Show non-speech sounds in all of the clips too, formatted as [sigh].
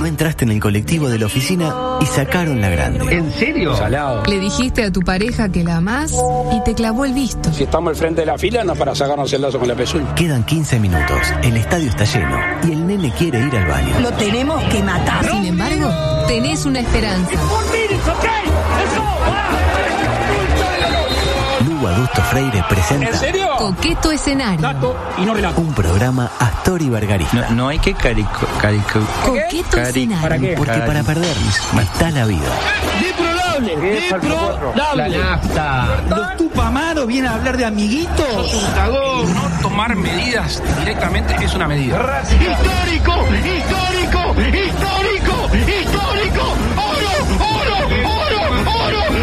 No entraste en el colectivo de la oficina y sacaron la grande. ¿En serio? Salado. Le dijiste a tu pareja que la amás y te clavó el visto. Si estamos al frente de la fila, no es para sacarnos el lazo con la pezuña. Quedan 15 minutos, el estadio está lleno y el nene quiere ir al baño. Lo tenemos que matar. Sin embargo, tenés una esperanza. Lugo Adusto Freire presenta ¿En serio? Coqueto escenario. Dato y no relato. un programa Astor y Bargarista. No, no hay que carico, carico. Coqueto Cari- ¿Para escenario. qué? Porque Caray. para perder está la vida. La nafta. Los tupamaros vienen a hablar de amiguitos. No tomar medidas directamente es una medida. Histórico, histórico, histórico, histórico. Oro, oro, oro, oro.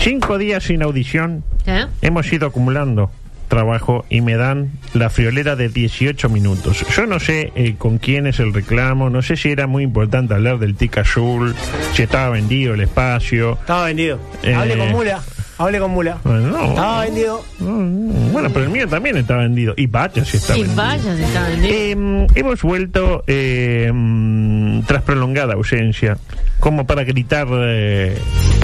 Cinco días sin audición, ¿Eh? hemos ido acumulando trabajo y me dan la friolera de 18 minutos. Yo no sé eh, con quién es el reclamo, no sé si era muy importante hablar del tic azul, si estaba vendido el espacio. Estaba vendido. Eh. Hable con mula. Hable con mula. Bueno, no. Estaba vendido. Mm, Bueno, pero el mío también está vendido. Y vaya si está Y vendido. vaya, se está vendiendo. Eh, hemos vuelto eh, mm, tras prolongada ausencia, como para gritar. eh,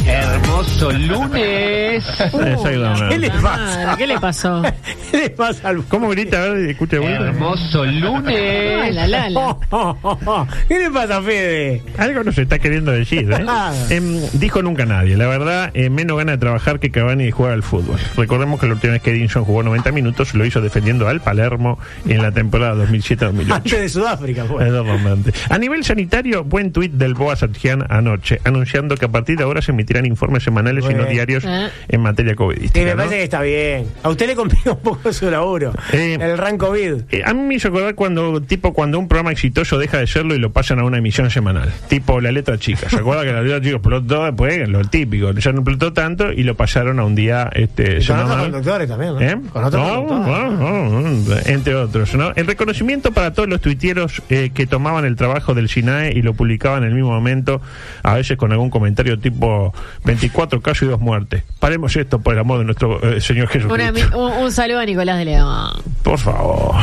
Hermoso lunes. exactamente. ¿Qué le pasa? Ah, ¿Qué le pasó? [laughs] ¿Qué le pasa al Ah, ¿Cómo grita? A ver, escucha de vuelta. Hermoso Ah, lunes. la, la, la. Oh, oh, oh, oh. [laughs] ¿Qué le pasa a Fede? Algo nos está queriendo decir, [laughs] ¿eh? Ah. Em, dijo nunca nadie. La verdad, eh, menos ganas de trabajar que Cavani de jugar al fútbol. Recordemos que la última vez que Edinson jugó 90 minutos lo hizo defendiendo al Palermo en la temporada 2007-2008. Antes de Sudáfrica, pues. fue. Eh, Exactamente. A nivel sanitario, buen tuit del Boa Satjian anoche, anunciando que a partir de ahora se emitirán informes semanales y no Bueno. diarios Ah. en materia Sí, covidística. me ¿no? parece que está bien. A usted le complica un poco su laburo. Eh. el rango COVID. Eh, a mí me hizo acordar cuando, tipo, cuando un programa exitoso deja de serlo y lo pasan a una emisión semanal. Tipo, la letra chica. ¿Se acuerda que la letra chica explotó después? Lo típico. Ya no explotó tanto y lo pasaron a un día este, Y Con otros semanal. conductores también, ¿no? ¿Eh? Con otros No, conductores. no, no, entre otros. ¿no? El reconocimiento para todos los tuiteros eh, que tomaban el trabajo del SINAE y lo publicaban en el mismo momento, a veces con algún comentario tipo 24 casos y dos muertes. Paremos esto por el amor de nuestro eh, Señor Una mi- Jesucristo. un, un saludo a Nicolás de León. Por favor.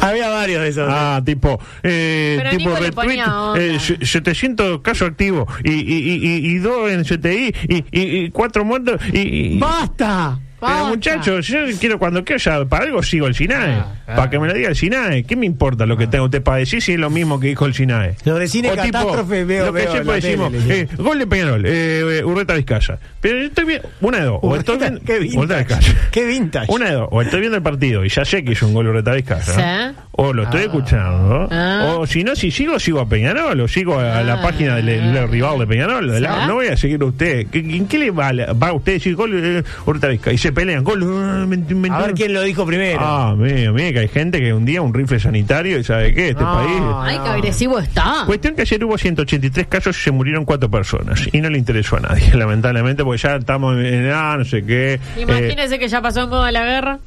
Había varios de esos. Ah, tipo, eh, Pero tipo Nico le retweet, ponía onda. eh, se- 700 casos activos y, y, y, y- y dos en CTI y, y, y cuatro muertos y... y- ¡Basta! Pero Basta. muchachos, yo quiero cuando quiero ya, para algo sigo el SINAE, Ah, para que me lo diga el SINAE, ¿qué me importa lo que tengo usted para decir si es lo mismo que dijo el SINAE? Lo de cine catástrofe veo- lo que veo en siempre la decimos, tele, eh, gol de Peñarol, eh, eh, Urreta Vizcaya. Pero yo estoy viendo, una de dos, o estoy viendo, [laughs] Qué Urreta vintage. Vizcaya. Qué vintage. Una de dos, o estoy viendo el partido y ya sé que hizo un gol Urreta Vizcaya, Sí. o lo estoy escuchando, Ah. o si no, si sigo, sigo a Peñarol, o sigo a, a la Ah. página del, del rival de Peñarol, de la- Sí. no voy a seguir a usted. ¿Qué- ¿En qué le vale? va a usted decir gol eh, Urreta Vizcaya? Y se pelean, gol, eh, me- me- A ver quién lo dijo primero. Ah, mire, mire, que hay gente que un día un rifle sanitario y sabe qué, este No. país... Ay, qué agresivo está. Cuestión que ayer hubo 183 casos y se murieron cuatro personas. Y no le interesó a nadie, [laughs] lamentablemente, porque ya estamos en, en- ah, no sé qué. eh, Imagínese que ya pasó en moda la guerra.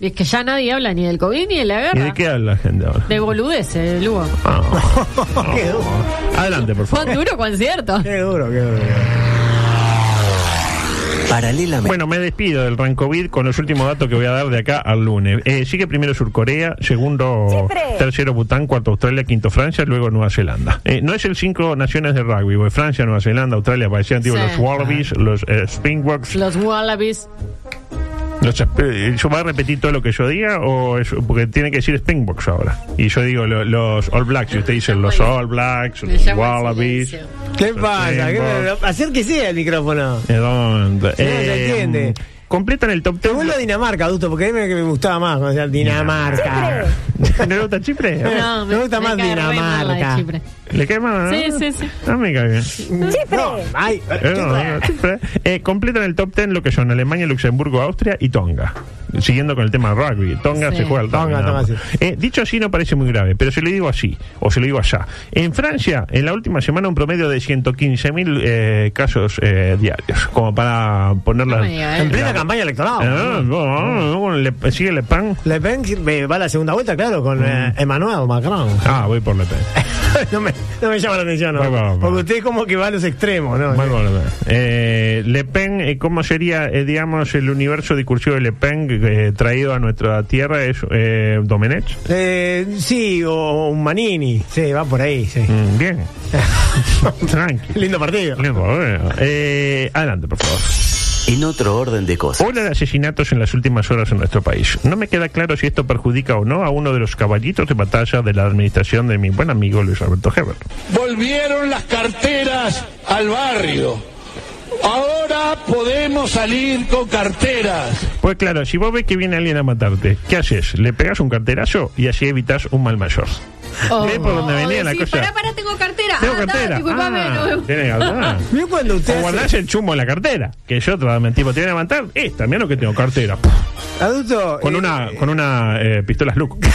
Y es que ya nadie habla ni del COVID ni de la ¿Y guerra. de qué habla la gente ahora? De boludeces, Lugo. Ah, [laughs] qué duro. adelante, por Fue favor. [laughs] un duro concierto. Qué duro, qué duro. Paralelamente. Bueno, me despido del Rancovid con los últimos datos que voy a dar de acá al lunes. Eh, sigue primero Surcorea, segundo, tercero Bután, cuarto Australia, quinto Francia, luego Nueva Zelanda. Eh, no es el cinco naciones de rugby, porque Francia, Nueva Zelanda, Australia, parecían tipo Sí. Ah. los Wallabies, los eh, Springboks, Los Wallabies. Los, eh, ¿Yo va a repetir todo lo que yo diga? o es- Porque tiene que decir Springboks ahora. Y yo digo lo- los All Blacks. Y usted dice los All Blacks, Me los llamo al Wallabies. silencio. ¿Qué pasa? ¿Qué- Tiempo. Acérquese al micrófono. Eh, ¿dónde? Eh, se entiende. Completan el top Te vuelvo a 10. Dinamarca, adulto, porque a mí me, que me gustaba más. O sea, Dinamarca. ¿No le gusta Chipre? No, Me gusta más cae re mal la de Dinamarca. Chipre. ¿Le cae mal, no? Sí, sí, sí. No me cae bien. No, ay, Eh, no, no, Chipre. Eh, completan el top 10 lo que son Alemania, Luxemburgo, Austria y Tonga. Siguiendo con el tema rugby. Tonga Sí. se juega al rugby, Tonga, nada Tonga, más. sí. Eh, dicho así no parece muy grave, pero se lo digo así, o se lo digo allá. En Francia, en la última semana, un promedio de 115.000 mil casos eh, diarios. Como para ponerla... No me diga, eh. en plena campaña Eh, electoral. no, no, no, Le- sigue Le Pen. Le Pen eh, va a la segunda vuelta, claro, con eh, Mm. Emmanuel Macron. [laughs] Ah, voy por Le Pen. no, me, no me llama la atención, ¿no? Bueno, bueno. Porque usted como que va a los extremos, ¿no? Voy por Le Pen. Eh, Le Pen, eh, ¿cómo sería, eh, digamos, el universo discursivo de Le Pen eh, traído a nuestra tierra? ¿Es eh, Domenech? Eh, sí, o un Manini. Sí, va por ahí, sí. Mm, bien. Tranqui. Lindo partido. Lindo, bueno. Eh, adelante, por favor. En otro orden de cosas. Ola de asesinatos en las últimas horas en nuestro país. No me queda claro si esto perjudica o no a uno de los caballitos de batalla de la administración de mi buen amigo Luis Alberto Heber. Volvieron las carteras al barrio. Ahora podemos salir con carteras. Pues claro, si vos ves que viene alguien a matarte, ¿qué haces? Le pegas un carterazo y así evitas un mal mayor. Oh. ¿Ves por dónde venía la sí, cosa? pará, pará, tengo cartera. Tengo Ah, da, cartera. disculpame, Ah, no veo. tenés [laughs] cartera. Vio cuando O usted guardás hace, el chumbo en la cartera, que yo te tipo, te viene a matar, esta, mira lo que tengo, cartera. adulto Con eh, una, con una eh, pistola Sluck. [laughs]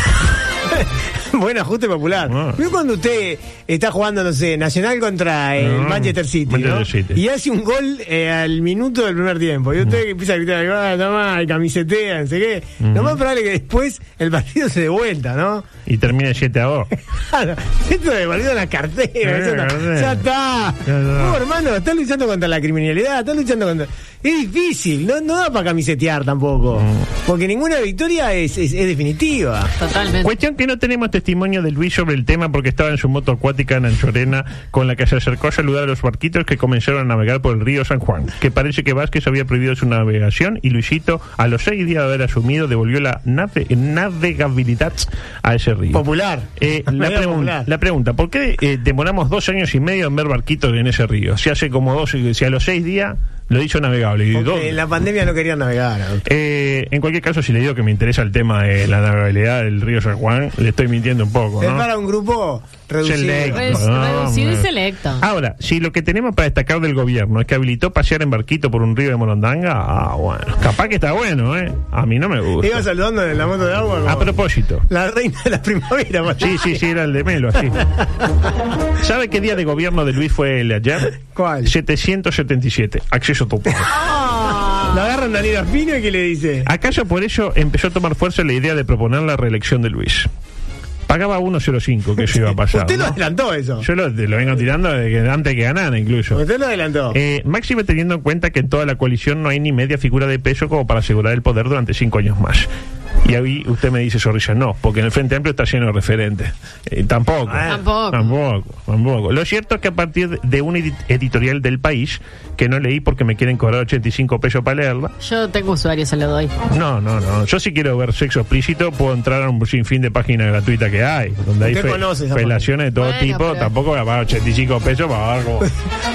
buen ajuste popular. Ah. Vio cuando usted está jugando, no sé, Nacional contra el Ah, Manchester City, ¿no? Manchester City. Mm. Y hace un gol eh, al minuto del primer tiempo. Y usted empieza a gritar, "Ah, toma, y camisetea, no sé qué. Lo más probable es que después el partido se dé vuelta, ¿no? [laughs] [laughs] Y termina 7 a 2. Claro, esto de volver a la cartera. Eh, eso no- cartera. ya está. Ya está. No, hermano, estás luchando contra la criminalidad, estás luchando contra. Es difícil, no, no da para camisetear tampoco. Mm. Porque ninguna victoria es, es- es definitiva. Totalmente. Cuestión que no tenemos testimonio de Luis sobre el tema porque estaba en su moto acuática en Anchorena con la que se acercó a saludar a los barquitos que comenzaron a navegar por el río San Juan, que parece que Vázquez había prohibido su navegación y Luisito, a los seis días de haber asumido, devolvió la nave- navegabilidad a ese río. Popular. Eh, [laughs] la, Medio pregun- popular. la pregunta, ¿por qué eh, demoramos dos años y medio en ver barquitos en ese río? Si hace como dos, si a los seis días lo hizo navegable. ¿Y Porque dónde? en la pandemia no querían navegar. adulto. Eh, en cualquier caso, si le digo que me interesa el tema de la navegabilidad del río San Juan, le estoy mintiendo un poco, Es ¿no? para un grupo reducido. Selecto, Res- no, reducido y hombre. selecto. Ahora, si lo que tenemos para destacar del gobierno es que habilitó pasear en barquito por un río de Morondanga, ah, bueno, capaz que está bueno, ¿eh? A mí no me Iba gusta. saludando en la moto de agua. A como propósito. La reina de la primavera. pues. macho. Ah, pues- Sí, sí, sí, era el de Melo, [laughs] así. ¿Sabe qué día de gobierno de Luis fue el de ayer? ¿Cuál? 777, acceso total. Lo agarran Danilo Espino y ¿qué le dice? ¿Acaso por eso empezó a tomar fuerza la idea de proponer la reelección de Luis? Pagaba 1.05, que eso iba a pasar. Usted lo ¿no? adelantó eso. Yo lo, te lo vengo tirando de que antes que ganara incluso. Usted lo adelantó. Eh, máxime teniendo en cuenta que en toda la coalición no hay ni media figura de peso como para asegurar el poder durante cinco años más. Y ahí usted me dice, Zorrilla, no, porque en el Frente Amplio está lleno de referentes. Eh, tampoco. Tampoco. Tampoco, tampoco. Lo cierto es que a partir de un edit- editorial del país, que no leí porque me quieren cobrar 85 pesos para leerla, Yo tengo usuario, se lo doy. no, no, no. Yo si quiero ver sexo explícito, puedo entrar a un sinfín de páginas gratuitas que hay, donde hay Usted fe- conoce esa felaciones de todo Bueno, tipo. pero- Tampoco voy a pagar 85 pesos para ver [laughs] cómo-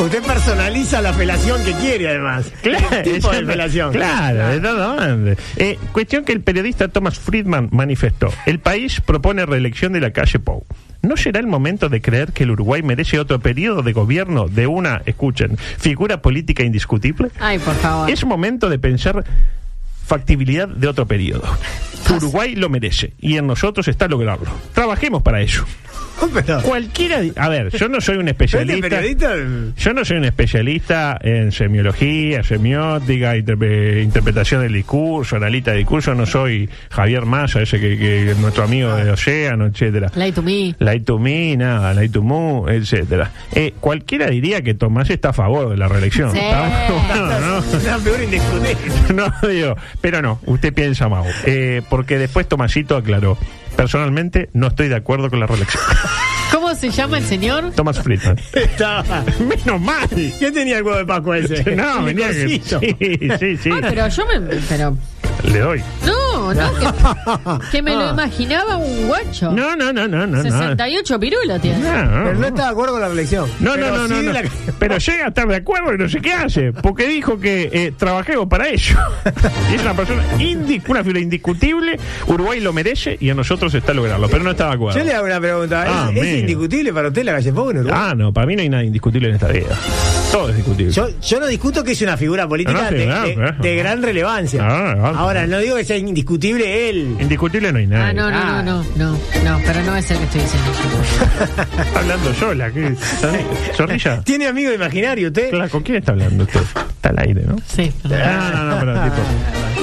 Usted personaliza la apelación que quiere, además. [laughs] Claro, El tipo esa- de apelación. Claro, de todo ande. Eh, cuestión que el periodista Thomas Friedman manifestó. El país propone reelección de la calle Pou. ¿No será el momento de creer que el Uruguay merece otro periodo de gobierno de una, escuchen, figura política indiscutible? Ay, por favor. Es momento de pensar factibilidad de otro periodo. Uruguay lo merece y en nosotros está lograrlo. Trabajemos para ello. [laughs] Pero, Cualquiera... di- A ver, yo no soy un este especialista... periodista Yo no soy un especialista en semiología, semiótica, interpe- interpretación del discurso, analista de discurso. No soy Javier Massa, ese que, que es nuestro amigo de Océano, etcétera. Light to me. Light to me, nada, light to mu, etcétera. Eh, cualquiera diría que Tomás está a favor de la reelección. Sí. Está- no, no. es [laughs] la peor indiscutible. [laughs] No, digo, pero no, usted piensa Mau. Eh, porque después Tomasito aclaró. Personalmente no estoy de acuerdo con la reelección. [laughs] ¿Cómo se llama el señor? Tomás Friedman. Estaba. Menos mal. ¿Quién tenía el huevo de [laughs] Pascua ese? No, El venía que. cosito. Sí, sí, sí. Ah, pero yo me. Pero. Le doy. No, no, no. [laughs] Que, que me lo imaginaba un guacho. Ah. No, no, no, no, no. no. 68 pirula tiene. No, Pero no está de acuerdo con la reflexión. No, Pero no, no, sí no, no. la- Pero llega a estar de acuerdo y no sé qué hace. Porque dijo que eh, trabajemos para ello. [laughs] y es una persona indi- una figura indiscutible. Uruguay lo merece y a nosotros está lograrlo. Pero no está de acuerdo. Yo le hago una pregunta. ¿Es, Ah, es mío. indiscutible para usted la calle Pou en Uruguay? Ah, no, para mí no hay nada indiscutible en esta vida. Todo es discutible. Yo, yo no discuto que es una figura política No, sí, de, claro, de- claro. de gran relevancia. Ah, claro. Ahora, no digo que sea indiscutible él. Indiscutible no hay nada. Ah, no, no, no, no, no, no, pero no es el que estoy diciendo. Está hablando sola. ¿qué? Zorri- Zorrilla. [laughs] ¿Tiene amigo imaginario usted? Claro, ¿Con quién está hablando usted? Está al aire, ¿no? Sí, perdón. Ah, no, no, pero tipo.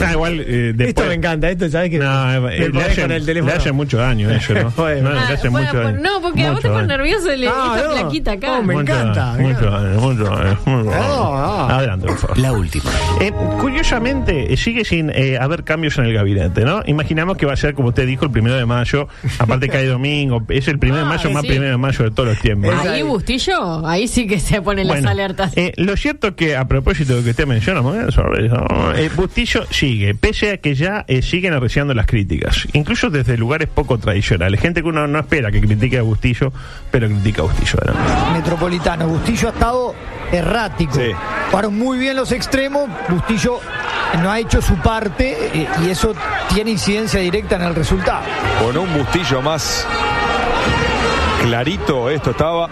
Ah, igual. eh, Esto después- me encanta, esto sabes que No, eh, me le, ponés hace, con el teléfono. le hace mucho daño eso, ¿no? Joder. no, le Ah, hace bueno, mucho por- daño. no, porque vos Mucho eh. te daño. pones nervioso y le Ah, esta no. plaquita acá. Oh, me Mucho encanta, daño, Mucho claro. daño, mucho daño, mucho daño. Ah, ah. Adelante, por favor. La última. Eh, curiosamente, eh, sigue sin eh, haber cambios en el gabinete, ¿no? Imaginamos que va a ser, como usted dijo, el primero de mayo. Aparte que hay domingo. Es el primero de Ah, mayo, más sí. primero de mayo de todos los tiempos. Ahí, Bustillo, ahí sí que se ponen Bueno, las alertas. eh, lo cierto es que, a propósito de lo que usted menciona, muy bien, sobre eso, eh, Bustillo sigue, pese a que ya eh, siguen arreciando las críticas, incluso desde lugares poco tradicionales. Gente que uno no espera que critique a Bustillo, pero critica a Bustillo. adelante. Metropolitano. Bustillo ha estado errático. Sí. Fueron muy bien los extremos. Bustillo no ha hecho su parte eh, y eso tiene incidencia directa en el resultado. Con un bustillo más clarito esto estaba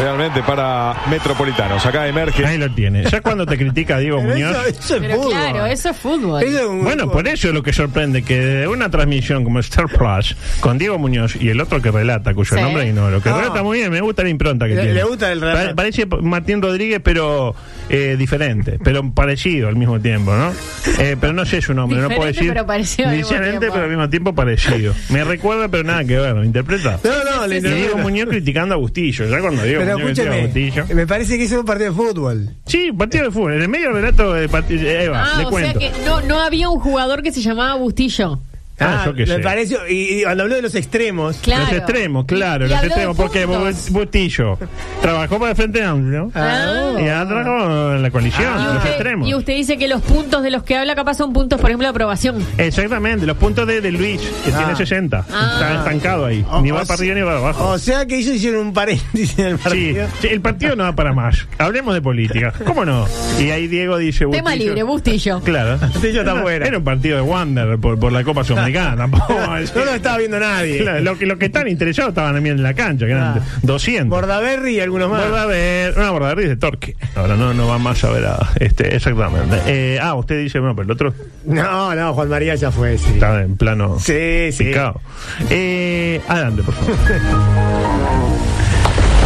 realmente para Metropolitanos. Acá emerge Ahí lo tiene. Ya cuando te critica Diego Pero Muñoz. eso, eso es Pero fútbol. claro, eso es fútbol. Eso es un- Bueno, por eso es lo que sorprende que de una transmisión como Star Plus, con Diego Muñoz y el otro que relata, cuyo Sí. Oh. nombre ignoro, que Ah. relata muy bien, me gusta la impronta que Le- tiene. le gusta el relato. Pa- Parece Martín Rodríguez, pero eh, diferente, pero parecido al mismo tiempo, ¿no? Eh, pero no sé su nombre, no puedo Diferente, decir. pero parecido al mismo diferente, tiempo. pero al mismo tiempo parecido. Me recuerda, pero nada que ver, ¿me interpreta? No, no, le Y Diego interpreto. Muñoz criticando a Bustillo, ya cuando Diego Pero Muñoz critica a Bustillo. escúcheme, me parece que eso es un partido de fútbol. Sí, partido de fútbol, en el medio relato de partido. Eva, ah, le o cuento. sea que no, no había un jugador que se llamaba Bustillo. Ah, yo qué me sé. pareció, y, y cuando habló de los extremos, Claro. Los extremos, claro, Y los habló de extremos, porque puntos. Bu- Bustillo trabajó para el Frente Amplio Ah. y ha trabajado en la coalición, Y los usted- extremos. y usted dice que los puntos de los que habla capaz son puntos, por ejemplo, de aprobación. Exactamente, los puntos de, de Luis, Ah. que tiene 60, Ah. está estancado ahí, O- ni o va para sea- arriba ni va para abajo. o sea que ellos hicieron un paréntesis en el Sí, partido. sí, el partido no va para más. Hablemos de política. ¿Cómo no? Y ahí Diego dice. Tema Bustillo- libre, Bustillo. Claro. Bustillo está Era- fuera. Era un partido de Wander por, por la Copa Sudamericana. [laughs] tampoco. No lo estaba viendo nadie. Claro, lo, que, lo que están interesados estaban bien en la cancha, que eran Ah. 200. Bordaberry y algunos más. Bordaber, una bordaber de Torque. Ahora no, no va más a ver a este, exactamente. Eh, ah, usted dice, bueno, pero el otro No, no, Juan María ya fue, sí. está en plano Sí, sí. picado. Eh, adelante, por favor.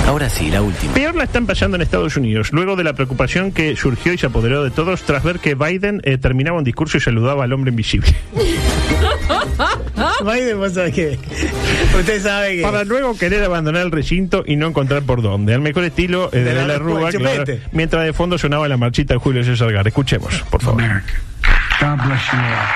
Ahora sí, la última. Peor la están pasando en Estados Unidos, luego de la preocupación que surgió y se apoderó de todos tras ver que Biden eh, terminaba un discurso y saludaba al hombre invisible. Biden, vos sabés que. [laughs] Usted sabe [laughs] que. Para luego querer abandonar el recinto y no encontrar por dónde. Al mejor estilo eh, de, De la- la Rúa, claro, Chupete. mientras de fondo sonaba la marchita de Julio César Gar. Escuchemos, por favor. God bless you all.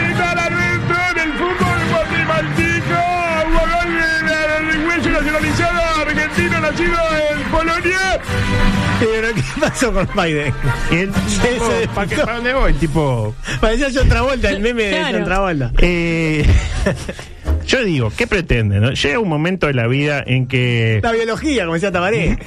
¡Viva la reunión del fútbol guatemalteco! ¡Guagol, el hueso nacionalizado argentino nacido en Polonia! Pero, ¿qué pasó con Biden? Y el tipo, se ¿pa' qué- ¿Para dónde voy? Tipo... Parecía John Travolta, el meme de Claro. John Travolta. eh, [laughs] yo digo, ¿qué pretenden? no? Llega un momento de la vida en que... La biología, como [clears throat] decía Tabaré.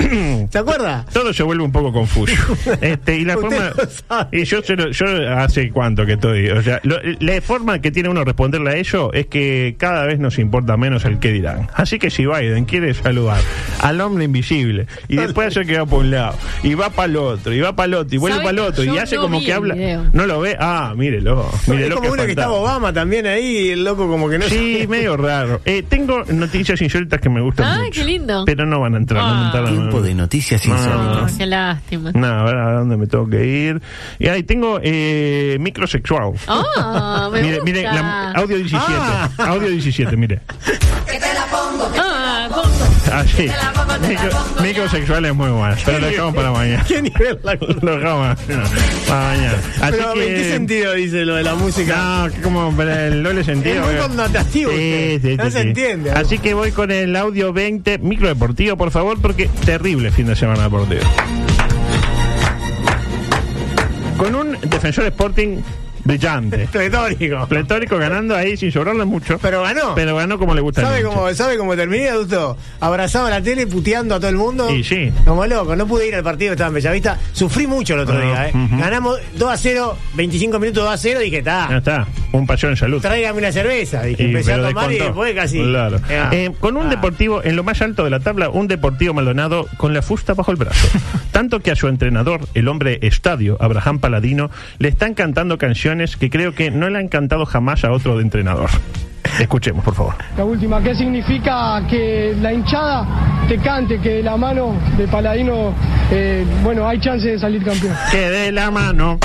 ¿Se acuerda? Todo se vuelve un poco [laughs] confuso. Este, y la Usted forma. lo sabe. Y yo, se lo- yo hace cuánto que estoy. O sea, lo- la forma que tiene uno responderle a ello es que cada vez nos importa menos el qué dirán. Así que si Biden quiere saludar al hombre invisible y después hace que va por un lado y va para el otro y va para el otro y vuelve ¿Sabe para el que otro y yo hace no como vi que el habla. video? No lo ve. Ah, mírelo. es Mírelo como uno que está espantado. Obama también ahí, el loco como que no [laughs] Sí, medio raro. Eh, tengo noticias insólitas que me gustan Ah, mucho. qué lindo. Pero no van a entrar. no Ah. entraron. Tiempo de noticias insólitas. Qué lástima. No, a ver a dónde me tengo que ir. Y ahí tengo eh, microsexual. Ah, me mire, mire, gusta. la- audio 17. Ah. Audio 17, mire. Ah, con- Así. Micro- microsexual es muy bueno. Pero lo dejamos para [laughs] mañana. ¿Qué nivel la Lo dejamos para mañana. Así Pero, que, ¿en qué sentido dice lo de la música? No, que como para el doble sentido. Ah, Es muy pero- connotativo Sí, usted. sí, No sí, Ah, se sí. entiende. ¿eh? Así que voy con el audio 20, micro deportivo, por favor, porque terrible fin de semana deportivo. Con un defensor Sporting [laughs] brillante. Pletórico. Pletórico ganando ahí sin sobrarle mucho. Pero ganó. Pero ganó como le gusta. al ¿Sabe hincha. cómo, ¿Sabe cómo terminé, adulto? Abrazaba la tele, puteando a todo el mundo. Y sí. Como loco, no pude ir al partido, estaba en Bellavista. Sufrí mucho el otro Ah, día, ¿eh? ujú. Ganamos 2 a 0, 25 minutos 2 a 0, dije, Ya está, está. Un paseo en salud. tráigame una cerveza. Dije, Ah. Y- empecé a pero tomar y descontó. después casi. Claro. Ah. Eh, con un Ah. deportivo, en lo más alto de la tabla, un deportivo Maldonado con la fusta bajo el [laughs] brazo. Tanto que a su entrenador, el hombre estadio, Abraham Paladino, le están cantando canciones que creo que no le han cantado jamás a otro entrenador. Escuchemos, por favor. La última, ¿qué significa que la hinchada te cante, que de la mano de Paladino, eh, bueno, hay chance de salir campeón? Que de la mano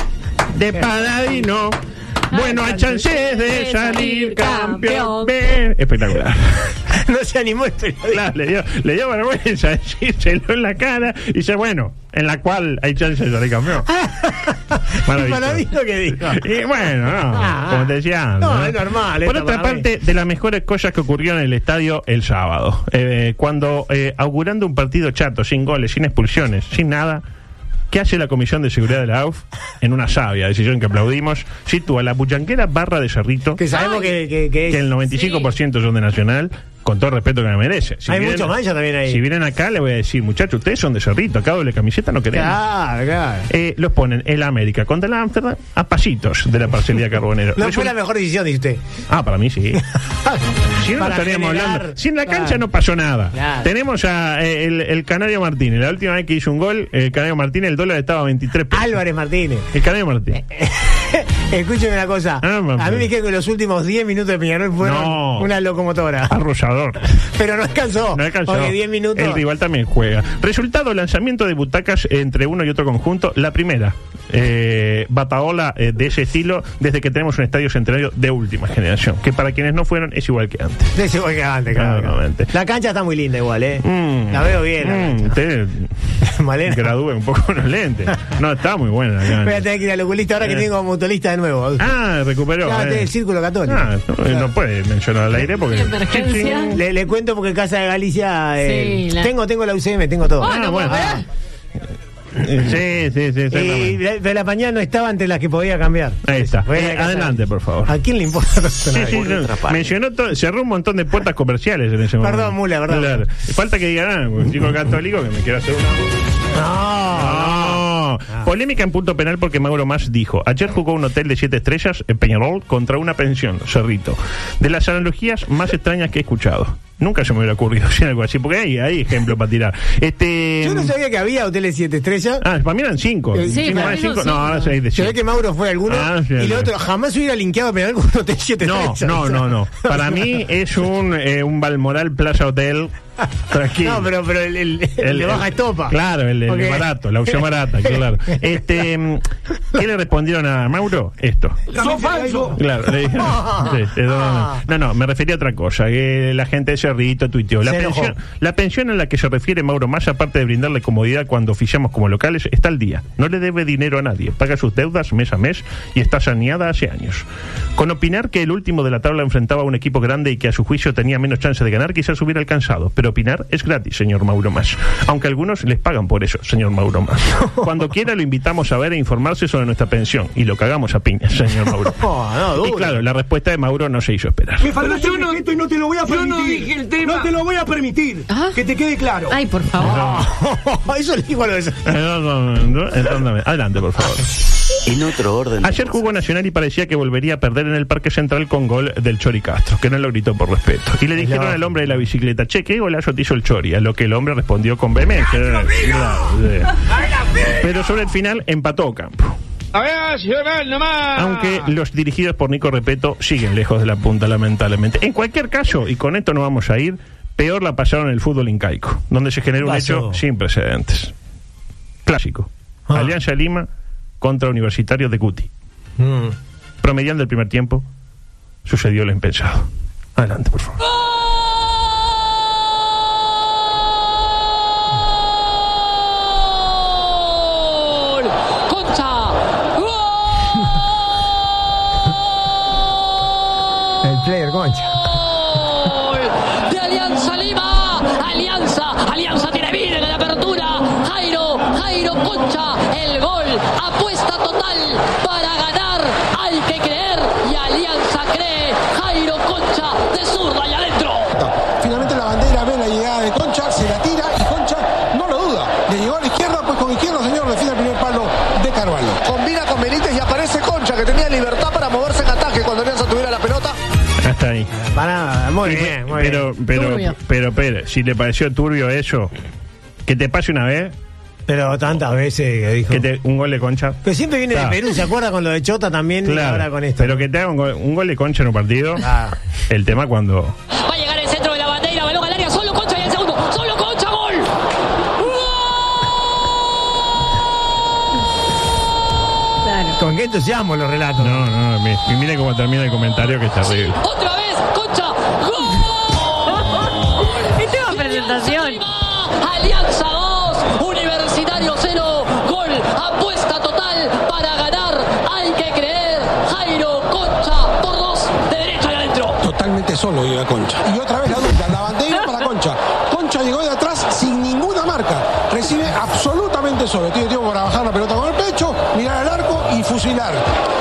de Paladino. Bueno, hay chances de salir campeón. Ven. Espectacular. [laughs] No se animó el [laughs] Claro, le, dio, le dio vergüenza [laughs] decírselo en la cara y dice, bueno, en la cual hay chance de salir [laughs] campeón. Maravilloso. Paladino que [laughs] dijo. Y bueno, no, Ah, como te decía antes, no, es normal, Por esto otra para mí. parte, de las mejores cosas que ocurrieron en el estadio el sábado, eh, cuando eh, augurando un partido chato, sin goles, sin expulsiones, sin nada, ¿qué hace la Comisión de Seguridad de la AUF? En una sabia decisión que aplaudimos, sitúa la puchanquera barra de Cerrito, Que sabemos que, que- que es. que el 95% son de Nacional, con todo el respeto que me merece. Si Hay vienen- mucho mancha también ahí. Si vienen acá, le voy a decir, muchachos, ustedes son de Cerrito, acá doble camiseta no queremos. Claro, claro. Eh, los ponen el América contra el Ámsterdam a pasitos de la [laughs] parcelía Carbonero. No Es fue un- la mejor decisión, dice usted. Ah, para mí [laughs] sí. Si no, no Para estaríamos generar- hablando. Si en la Claro. cancha no pasó nada. Claro. Tenemos a eh, el, el Canario Martínez. La última vez que hizo un gol, el Canario Martínez, el dólar estaba a 23 pesos. Álvarez Eh, Martínez. [laughs] El Canario Martínez. Escúcheme una cosa. Ah, mamá. a mí me dijeron que los últimos 10 minutos de Peñarol fueron No. una locomotora. Arrollador. Pero no alcanzó. No alcanzó. Porque 10 minutos. El rival también juega. Resultado: lanzamiento de butacas entre uno y otro conjunto. La primera. eh, bataola eh, de ese estilo desde que tenemos un estadio centenario de última generación. Que para quienes no fueron es igual que antes. De ese gol que antes, claro. Claramente. La cancha está muy linda igual, ¿eh? Mm. La veo bien. la Mm, te cancha. [laughs] Malena. gradúe un poco los lentes. No, está muy buena la Voy a cancha. tener que ir al oculista ahora que Eh. tengo motolista de nuevo. Ah, recuperó. Claro, eh. del círculo católico. Ah, no, eh, no puede mencionar al aire porque. Emergencia. Le, le cuento porque en Casa de Galicia. eh, Sí, la- Tengo, tengo la UCM, tengo todo. Ah, no, bueno. pará. Sí, sí, sí, y exactamente. la- de la mañana no estaba entre las que podía cambiar. Ahí está. Fue la Eh, Casa- adelante, por favor. ¿A quién le importa? Sí, sí, no. Mencionó todo- cerró un montón de puertas comerciales en ese momento. Perdón, mula, perdón. Claro. Falta que digan, ah, un chico católico que me quiera hacer una. No. Polémica en punto penal porque Mauro Más dijo, ayer jugó un hotel de siete estrellas en Peñarol contra una pensión, Cerrito. De las analogías más extrañas que he escuchado. Nunca se me hubiera ocurrido [laughs] decir algo así, porque hay, hay ejemplos para tirar. Este, Yo no sabía que había hoteles 7 estrellas. Ah, para mí eran cinco. Sí, Encima para eran mí son cinco. No, cinco. ahora seis de Yo siete. ve que Mauro fue a alguno Ah, sí, y el sí. otro jamás hubiera linkeado penal con un hotel 7 No, estrellas. no, no, no. Para mí es un, eh, un Balmoral Plaza Hotel tranquilo. No, pero, pero el, el, el de baja estopa. Claro, el, el Porque- barato, la opción barata, [laughs] claro. Este, mm, ¿Qué le respondieron a Mauro? Esto. ¡Sos falso! Claro, le [laughs] dijeron- sí, perdóname. no, no, me refería a otra cosa, que la gente de Cerrito tuiteó. La Se enojó. pensión, la pensión a la que se refiere Mauro Massa, aparte de brindarle comodidad cuando oficiamos como locales, está al día. No le debe dinero a nadie, paga sus deudas mes a mes y está saneada hace años. Con opinar que el último de la tabla enfrentaba a un equipo grande y que a su juicio tenía menos chance de ganar, quizás hubiera alcanzado. Pero opinar es gratis, señor Mauro Más. Aunque algunos les pagan por eso, señor Mauro Más. Cuando quiera lo invitamos a ver e informarse sobre nuestra pensión y lo cagamos a piñas, señor Mauro. Mas. [laughs] No, no, Y Ah, duro. claro, la respuesta de Mauro no se hizo esperar. Me faltaste un respeto y no te lo voy a yo permitir. no dije el tema. No te lo voy a permitir. Ah. Que te quede claro. Ay, por favor. [laughs] Eso le digo a los. Entóndame. Adelante, por favor. En otro orden. de Ayer cosas. jugó Nacional y parecía que volvería a perder en el Parque Central con gol del Chori Castro, que no lo gritó por respeto. Y le dijeron al hombre de la bicicleta, che, qué golazo te hizo el Chori, a lo que el hombre respondió con vehemencia. Claro, sí. Pero sobre el final empató Campo. A ver, señor Bell, nomás. Aunque los dirigidos por Nico Repeto siguen lejos de la punta, lamentablemente. En cualquier caso, y con esto no vamos a ir, peor la pasaron en el fútbol incaico, donde se generó un Pasó. hecho sin precedentes. Clásico. Ah. Alianza Lima contra Universitario de Cuti. Mm. Promediando el primer tiempo, sucedió lo impensado. Adelante, por favor. ¡Gol! ¡Concha! El player concha. ¡Gol! De Alianza Lima. Alianza. Alianza tiene vida en la apertura. Jairo. Jairo Concha. El gol. Apuesta total. pues Y muy me- bien, muy pero, bien. Pero, Turbio. pero, pero, si te pareció turbio eso, que te pase una vez, Pero tantas veces que dijo. que te, un gol de concha. Pero siempre viene Claro. de Perú, ¿se acuerda con lo de Chota también? Y ahora con esto. Pero que te haga un gol, un gol de concha en un partido. Ah. El tema cuando. Va a llegar el centro de la bandera, balón al área, solo concha y el segundo, solo concha, gol. Claro. Con qué entusiasmo los relatos. No, no, mi- y mire cómo termina el comentario que es terrible. Otra vez, concha, gol. Esta presentación. Alianza 2, Universitario 0, gol, apuesta total para ganar, hay que creer, Jairo Concha por dos, de derecha y adentro. Totalmente solo iba Concha. Y otra vez la dupla, la bandera para Concha. Concha llegó de atrás sin ninguna marca. Recibe absolutamente solo. Tiene tiempo para bajar la pelota con el pecho, mirar al arco y fusilar.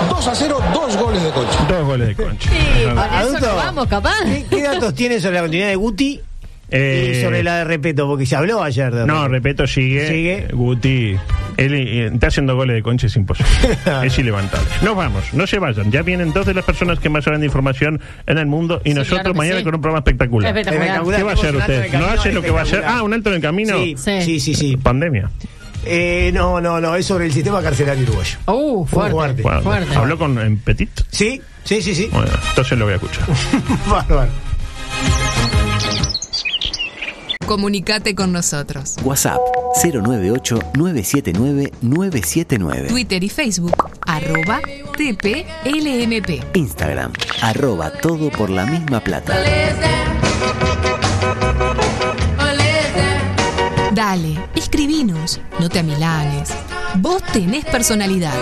2 a 0, dos goles de Concha. Dos goles de concha. Ah, adulto, ¿qué, [laughs] qué datos tiene sobre la continuidad de Guti Eh, y sobre la de Repeto? Porque se habló ayer de No, Repeto. Repeto sigue. Sigue. Guti. Él eh, está haciendo goles de concha, es [laughs] imposible. es ilevantable. Nos vamos, no se vayan. Ya vienen dos de las personas que más saben de información en el mundo y Sí, nosotros claro que mañana sí. con un programa espectacular. Espectacular. ¿Qué va a hacer Tenemos un alto usted? en el ¿No camino hace lo que va a hacer? espectacular. Ah, un alto en el camino. Sí, Sí. sí, sí. sí. Pandemia. Eh, no, no, no, es sobre el sistema carcelario uruguayo. Uh, Fue fuerte. Bueno, Fuerte. ¿Habló con eh, Petit? Sí, sí, sí, sí. Bueno, entonces lo voy a escuchar. [laughs] Bárbaro. Comunicate con nosotros. WhatsApp 098 979 979. Twitter y Facebook, arroba TPLMP. Instagram, arroba todo por la misma plata. Dale, escribinos, no te amilanes. Vos tenés personalidad.